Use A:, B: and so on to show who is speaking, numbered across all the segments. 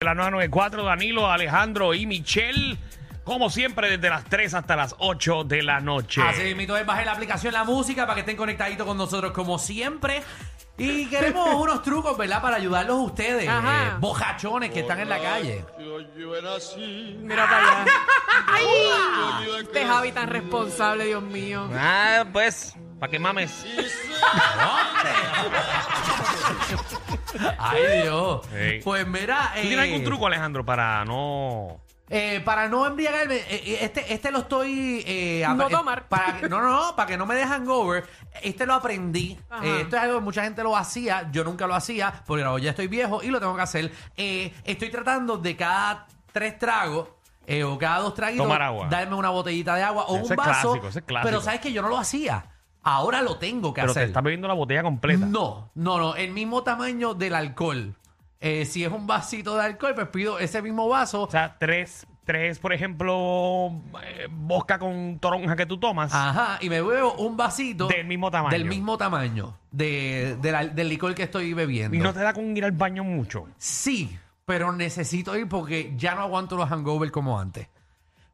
A: de la 994, Danilo, Alejandro y Michelle. Como siempre, desde las 3 hasta las 8 de la noche.
B: Así mismo es, bajen la aplicación La Música para que estén conectaditos con nosotros como siempre. Y queremos unos trucos, ¿verdad? Para ayudarlos a ustedes,
C: Ajá.
B: eh, bojachones que están en la calle.
D: Yo, yo era así.
C: Mira para allá. ¡Ay! Este Javi tan responsable, Dios mío.
A: Ah, pues, para que mames.
B: Ay, Dios.
A: Ey.
B: Pues mira.
A: ¿Tú tienes
B: eh,
A: algún truco, Alejandro, para no.
B: eh, para no embriagarme, eh, eh, este, este lo estoy. eh,
C: No
B: ap- eh,
C: tomar.
B: Para, que- no, no, no, para que no me dejan over. Este lo aprendí.
C: Ajá.
B: Eh, esto es algo que mucha gente lo hacía. Yo nunca lo hacía, porque ahora ya estoy viejo y lo tengo que hacer. Eh, estoy tratando de cada tres tragos. eh, o cada dos traguitos
A: Tomar agua.
B: darme una botellita de agua o
A: Ese
B: un
A: es
B: vaso
A: clásico, ese es clásico.
B: pero sabes que yo no lo hacía ahora lo tengo que
A: Pero te
B: hacer
A: estás bebiendo la botella completa.
B: no, no, no. El mismo tamaño del alcohol. Eh, si es un vasito de alcohol, pues pido ese mismo vaso.
A: O sea, tres, tres por ejemplo, eh, bosca con toronja que tú tomas.
B: Ajá, y me bebo un vasito.
A: Del mismo tamaño.
B: Del mismo tamaño. de- de la- del licor que estoy bebiendo.
A: Y no te da con ir al baño mucho.
B: Sí, pero necesito ir porque ya no aguanto los hangovers como antes.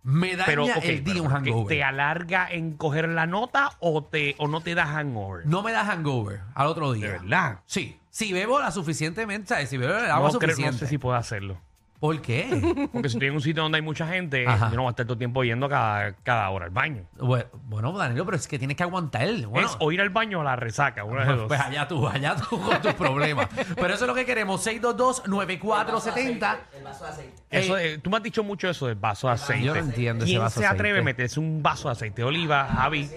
B: Me daña
A: Pero, ok,
B: el día
A: pero
B: un
A: ¿qué-
B: hangover.
A: ¿te alarga en coger la nota o, te, o no te da hangover?
B: No me da hangover al otro día.
A: De verdad.
B: Sí. Si bebo la suficientemente, ¿sabes? Si bebo el agua
A: no, creo, no
B: suficiente.
A: sé si puedo hacerlo.
B: ¿Por qué?
A: Porque si estoy en un sitio donde hay mucha gente,
B: Ajá.
A: yo no voy a estar todo el tiempo yendo cada, cada hora al baño.
B: Bueno, bueno, Danilo, pero es que tienes que aguantar. Bueno,
A: es o ir al baño o a la resaca, una de dos.
B: pues allá tú, allá tú con tus problemas. Pero eso es lo que queremos, 622-9470.
A: Eso de- Eh, tú me has dicho mucho eso del vaso de aceite.
B: Ah, Yo no entiendo ese
A: ¿Quién
B: vaso
A: se
B: de
A: atreve a
B: aceite?
A: meterse un vaso de aceite de oliva, Javi?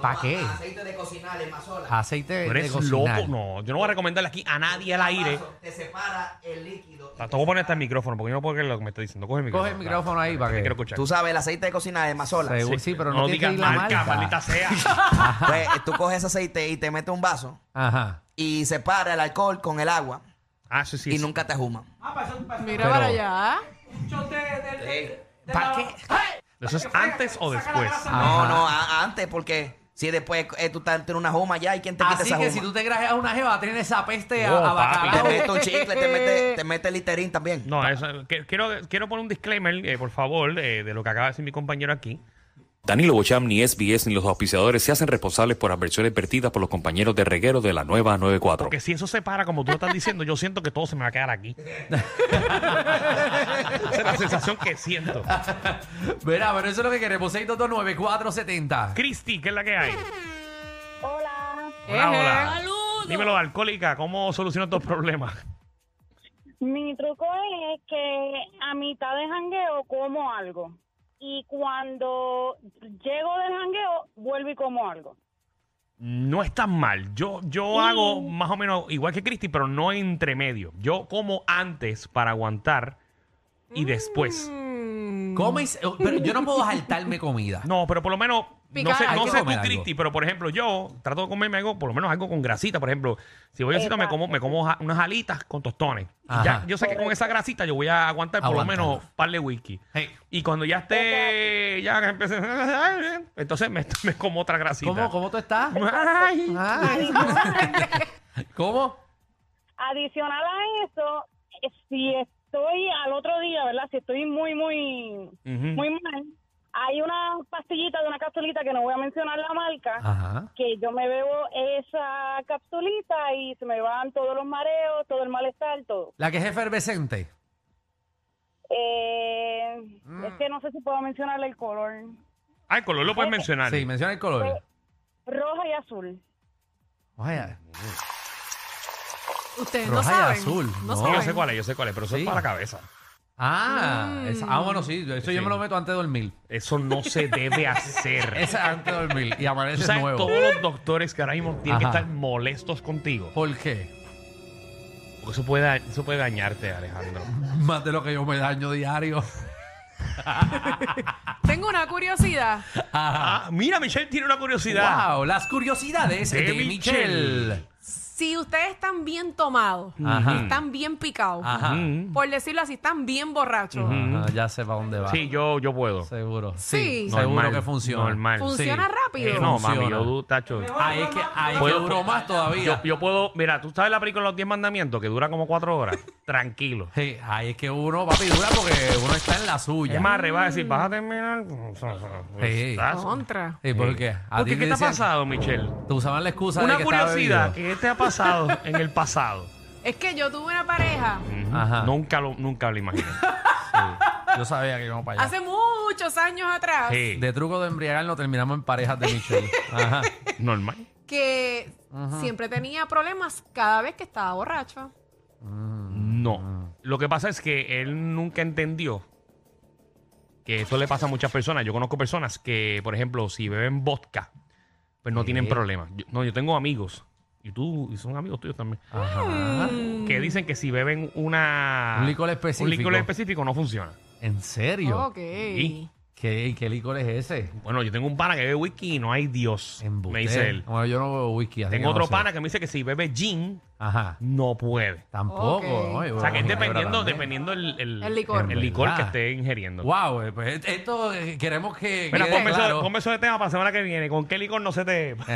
B: ¿Pa' qué? Ah.
E: Aceite de cocinar, el mazola.
B: Aceite de,
A: Tú eres
B: de cocinar.
A: loco. No, yo no voy a recomendarle aquí a nadie al aire.
E: Vaso, Te separa el líquido. y
A: Te
E: te
A: voy a poner
E: separa-
A: hasta el micrófono, porque yo no puedo creer lo que me está diciendo. Coge el micrófono.
B: Coge el micrófono ahí para
A: Te quiero
B: que...
A: escuchar.
E: Tú sabes, el aceite de cocinar, el mazola.
B: Seguro, Sí, pero no,
A: no
B: tiene que
A: digas
B: ir la
A: marca,
B: marca.
A: maldita sea.
E: Pues, tú coges ese aceite y te metes un vaso
B: Ajá.
E: y separa el alcohol con el agua
A: Ah, sí, sí.
E: y
A: sí.
E: nunca te juma.
C: Mira
B: Pero-
C: para allá.
B: ¿Para qué?
A: ¿Eso es antes o después?
B: Ajá.
E: No, no, a- antes, porque si después eh, tú estás en una juma ya, ¿y quién te quita
B: Así
E: esa
B: que
E: juma?
B: si tú te grajeas una jeva, tienes esa peste a-
A: No,
B: a,
A: papi.
E: Te
B: bacalao.
E: metes un chicle, te metes, te metes literín también.
A: No, eso- que- quiero, quiero poner un disclaimer, eh, por favor, eh, de lo que acaba de decir mi compañero aquí.
F: Danilo Bocham, ni SBS ni los auspiciadores se hacen responsables por adversiones vertidas por los compañeros de reguero de la nueva 94.
A: Porque si eso se para, como tú estás diciendo, yo siento que todo se me va a quedar aquí. Esa es la sensación que siento.
B: Verá, pero eso es lo que queremos, 6229470.
A: Cristi, ¿qué es la que hay?
G: Hola,
A: Hola,
C: Eje.
A: hola. Dímelo, alcohólica, ¿cómo solucionas tus problemas?
G: mi truco es que a mitad de jangueo como algo y cuando llego del jangueo vuelvo y como algo.
A: No es tan mal. Yo, yo hago más o menos igual que Cristi, pero no entre medio. Yo como antes para aguantar y después.
B: Comes, oh, pero yo no puedo saltarme comida.
A: Mm. No, pero por lo menos, no
C: Picar,
A: sé,
B: hay
A: no
B: que
A: sé
B: comer
A: tú,
B: algo.
A: Cristi, pero por ejemplo, yo trato de comerme algo, por lo menos algo con grasita. Por ejemplo, si voy a un sitio, me como, me como ja- unas alitas con tostones. Y
B: Ajá.
A: Ya, yo sé que con esa grasita yo voy a aguantar por
B: Aguantar.
A: lo menos un par de whisky.
B: Hey.
A: Y cuando ya esté, ya que empiece, entonces me, me como otra grasita.
B: ¿Cómo, ¿Cómo tú estás?
A: Ay.
B: Ay. ¿Cómo?
G: Adicional a eso, eh, si estoy al otro día, ¿verdad? Si estoy muy, muy,
A: Ujú.
G: muy mal, hay una pastillita de una capsulita que no voy a mencionar la marca.
B: Ajá.
G: que yo me bebo esa capsulita y se me van todos los mareos, todo el malestar, todo.
B: La que es efervescente.
G: Eh, Es que no sé si puedo mencionarle el color.
A: Ah, el color lo puedes mencionar.
B: Sí, menciona el color.
G: Roja y azul.
B: Vaya.
C: Ustedes no
B: Roja y
C: saben.
B: azul,
C: No,
B: no.
A: Sí, yo
C: saben.
A: sé cuál es, yo sé cuál es, pero eso
B: Sí.
A: es para la cabeza.
B: Ah, es- ah, bueno, sí. Eso yo
A: Sí.
B: me lo meto antes de dormir.
A: Eso no se debe hacer.
B: Esa es antes de dormir. Y
A: Tú
B: amanece
A: sabes,
B: nuevo.
A: todos los doctores que ahora mismo tienen que
B: Ajá.
A: estar molestos contigo.
B: ¿Por qué?
A: Porque eso puede, da- eso puede dañarte, Alejandro.
B: Más de lo que yo me daño diario.
C: Tengo una curiosidad.
A: Ah, mira, Michelle tiene una curiosidad.
B: Wow, las curiosidades de,
A: De
B: Michelle.
A: Michelle.
C: Si ustedes están bien tomados,
B: Ajá.
C: están bien picados,
B: Ajá.
A: Mm.
C: por decirlo así, están bien borrachos,
B: Ajá, Ya sé para dónde va.
A: Sí, yo, yo puedo.
B: Seguro.
C: Sí.
B: Seguro
A: Normal,
B: que funciona.
A: Normal.
C: funciona
B: sí.
C: rápido.
B: Eh,
A: No, mami,
B: Funciona.
A: yo du- tacho.
B: Ahí es que, ahí es que
A: Puedo-
B: duró más todavía.
A: Yo, yo puedo, mira, tú sabes la película Los Diez Mandamientos que dura como cuatro horas. Tranquilo.
B: Sí, ahí es que uno, papi, dura porque uno está en la suya.
A: Es más, Rey va a decir, vas a terminar.
B: Sí.
A: Estás-
C: Contra.
B: Sí, porque a
A: eh, Porque,
B: ti
A: ¿qué te ha
B: decían-
A: pasado, Michelle?
B: Te usaban la excusa
A: Una
B: de que estaba
A: curiosidad,
B: bebido.
A: ¿qué te ha pasado en el pasado?
C: Es que yo tuve una pareja
B: Ajá.
A: Nunca lo, nunca lo imaginé.
B: Yo sabía que íbamos para allá.
C: hace muchos años atrás
A: Sí,
B: De truco de embriagarnos terminamos en parejas de Michelle. Ajá.
A: normal.
C: que siempre tenía problemas cada vez que estaba borracho.
A: No.
B: Ah.
A: Lo que pasa es que él nunca entendió que eso le pasa a muchas personas. Yo conozco personas que, por ejemplo, si beben vodka, pues no tienen problema. Yo- no, yo tengo amigos. Y tú, y son amigos tuyos también.
B: Ah. Ajá.
C: Mm.
A: Que dicen que si beben una...
B: Un licor
A: Un
B: específico.
A: licor específico no funciona.
B: ¿En serio?
C: Ok.
A: Sí.
B: ¿Qué, ¿Qué licor es ese?
A: Bueno, yo tengo un pana que bebe whisky y no hay Dios. Me
B: Embustero.
A: dice él.
B: Bueno, yo no bebo whisky. así
A: Tengo
B: que no
A: otro
B: sé.
A: pana que me dice que si bebe gin,
B: Ajá.
A: no puede.
B: Tampoco.
C: Ok.
B: Ay,
A: O sea, que es
B: bueno,
A: dependiendo,
B: Ah, también.
A: dependiendo el, el,
C: El licor.
A: el licor que
B: ¿Verdad?
A: esté ingiriendo.
B: Wow, eh, pues esto eh, queremos que.
A: Mira,
B: quede
A: ponme,
B: claro.
A: eso, ponme eso de tema para la semana que viene. ¿Con qué licor no se te.?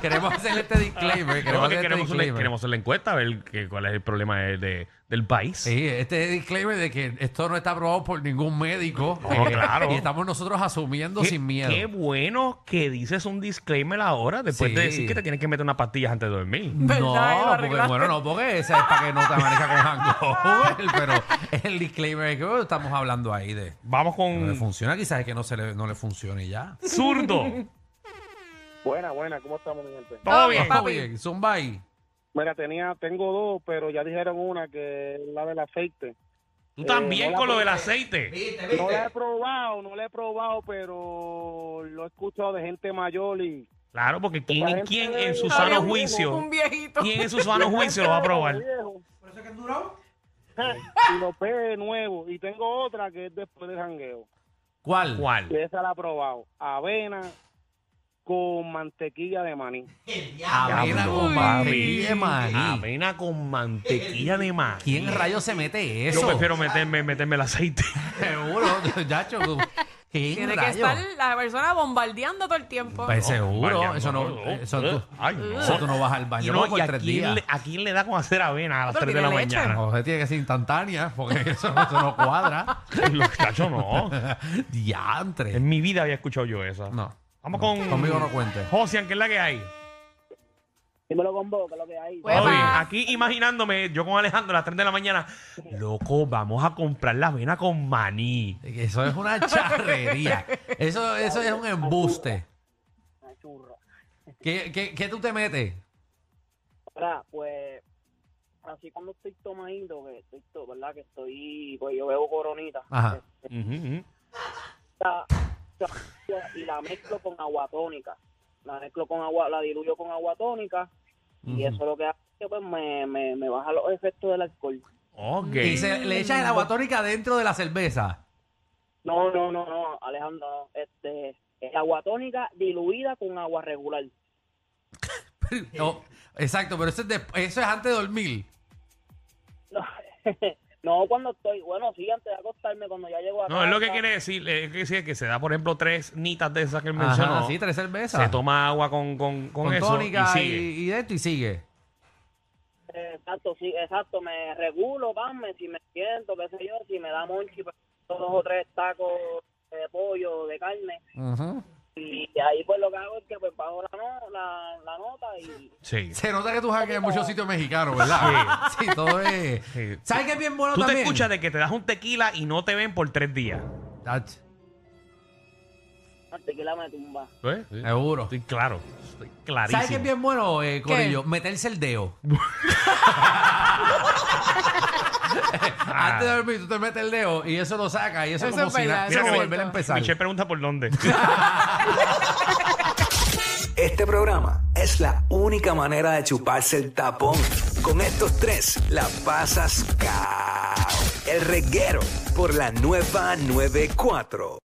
B: queremos hacer este disclaimer.
A: Creo
B: Queremos,
A: que
B: hacer este
A: queremos,
B: disclaimer.
A: la, queremos hacer la encuesta, a ver qué- cuál es el problema de- de- del país.
B: Sí, este disclaimer de que esto no está aprobado por ningún médico.
A: No, claro.
B: Y estamos nosotros asumiendo
A: Qué-
B: sin miedo.
A: Qué bueno que dices un disclaimer ahora, después de
B: Sí.
A: decir que te tienes que meter unas pastillas antes de dormir.
C: ¿Verdad?
B: No,
C: Y lo
B: porque
C: arreglaste.
B: bueno, no, porque esa es para que no te amanezca con hangover, pero el disclaimer es que bueno, estamos hablando ahí de
A: Vamos
B: que no le
A: con
B: funciona, quizás es que no se le, no le funcione y ya.
A: zurdo.
H: Buena, buena, ¿cómo estamos, mi gente?
A: Todo bien.
C: Papi.
B: Oye, zumba ahí.
H: Mira, tenía, tengo dos, pero ya dijeron una que es la del aceite.
A: Tú
H: Eh,
A: también
H: hola,
A: con lo del
H: profe.
A: aceite.
H: No la he probado, no la he probado, pero lo he escuchado de gente mayor y...
A: Claro, porque ¿quién,
H: gente
A: quién
H: de-
A: en su
H: Había
A: sano
C: un-
A: juicio?
C: Un viejito.
A: ¿Quién en su sano juicio lo va a probar?
H: ¿Por eso que es Y lo ve de nuevo. Y tengo otra que es después del jangueo.
B: ¿Cuál?
A: ¿Cuál?
H: Y esa la he probado. Avena con mantequilla de maní.
B: Avena con mantequilla de maní.
A: Avena con mantequilla de maní.
B: ¿Quién rayos se mete eso?
A: Yo prefiero meterme, meterme el aceite.
B: Seguro, Yacho. tú- ¿Quién
C: Tiene que
B: rayos?
C: estar la persona bombardeando todo el tiempo.
B: Pues seguro,
A: Variando,
B: eso no,
A: no,
B: eso,
A: no.
B: tú,
A: Eh, Ay, no.
B: eso tú no vas al
A: Y
B: baño
A: no,
B: por
A: y a,
B: tres
A: quién
B: días.
A: le, a quién le da con hacer avena a las
C: Pero
A: 3 de la
C: tiene leche.
A: mañana?
B: No, se tiene que ser instantánea, porque eso, eso no cuadra.
A: Los tachos no.
B: Diantre.
A: En mi vida había escuchado yo esa.
B: No.
A: Vamos con.
B: Conmigo no cuente.
A: Josian, que es la que hay.
H: Dímelo con vos, que lo que hay.
C: Hueva.
A: Oye, aquí imaginándome, yo con Alejandro a las 3 de la mañana, loco, vamos a comprar la avena con maní.
B: Eso es una charrería. Eso, eso es un embuste.
H: Churro.
B: ¿Qué, qué, qué tú te metes?
H: Ahora, pues, así cuando estoy tomando, que estoy, to- ¿verdad? Que estoy, pues yo bebo coronita.
B: Ajá.
A: Ujú, ujú.
H: Esta- esta- y la mezclo con agua tónica. La mezclo con agua, la diluyo con agua tónica. Y eso lo que hace es que pues, me, me, me baja los efectos del alcohol.
A: Ok.
B: Y se, le echas el agua tónica dentro de la cerveza.
H: No, no, no, no, Alejandro, no. Este, es agua tónica diluida con agua regular.
B: No, exacto, pero eso es, desp- eso es antes de dormir.
H: No, no, cuando estoy, bueno, sí, antes de acostarme, cuando ya llego a
A: No, es lo que
H: casa,
A: quiere decir. Es que decir que se da, por ejemplo, tres nitas de esas que él mencionó.
B: Ajá, sí, tres cervezas.
A: se toma agua con, con, con,
B: con
A: eso
B: tónica
A: y
B: y,
A: sigue.
B: y de esto y sigue.
H: Exacto, sí, exacto, me regulo, pame, si me siento, qué sé yo, si me da monchi, pues, dos o tres tacos de pollo, de carne,
B: Ujú.
H: y ahí pues lo que hago es que pues bajo la, no- la, la nota y...
A: Sí.
B: Se nota que tú hackeas en muchos sitios mexicanos, ¿verdad? Sí, todo es.
A: Sí.
B: ¿Sabes qué es bien bueno
A: Tú te
B: también?
A: escuchas de que te das un tequila y no te ven por tres días.
B: Ach,
H: La tequila me tumba.
A: ¿Eh? Sí.
B: Seguro.
A: Estoy claro. Estoy clarísimo.
B: ¿Sabes qué es bien bueno, eh, Corillo? Meterse el dedo. Antes de dormir, tú te metes el dedo y eso lo sacas y eso,
C: Eso
B: como
C: es
B: si nada.
C: verdad,
B: Eso
A: eso
B: es
A: es
B: como volver a
C: cierto.
B: empezar.
A: Michelle pregunta por dónde.
I: Este programa es la única manera de chuparse el tapón. Con estos tres la pasas cao. El reguero por la nueva 94.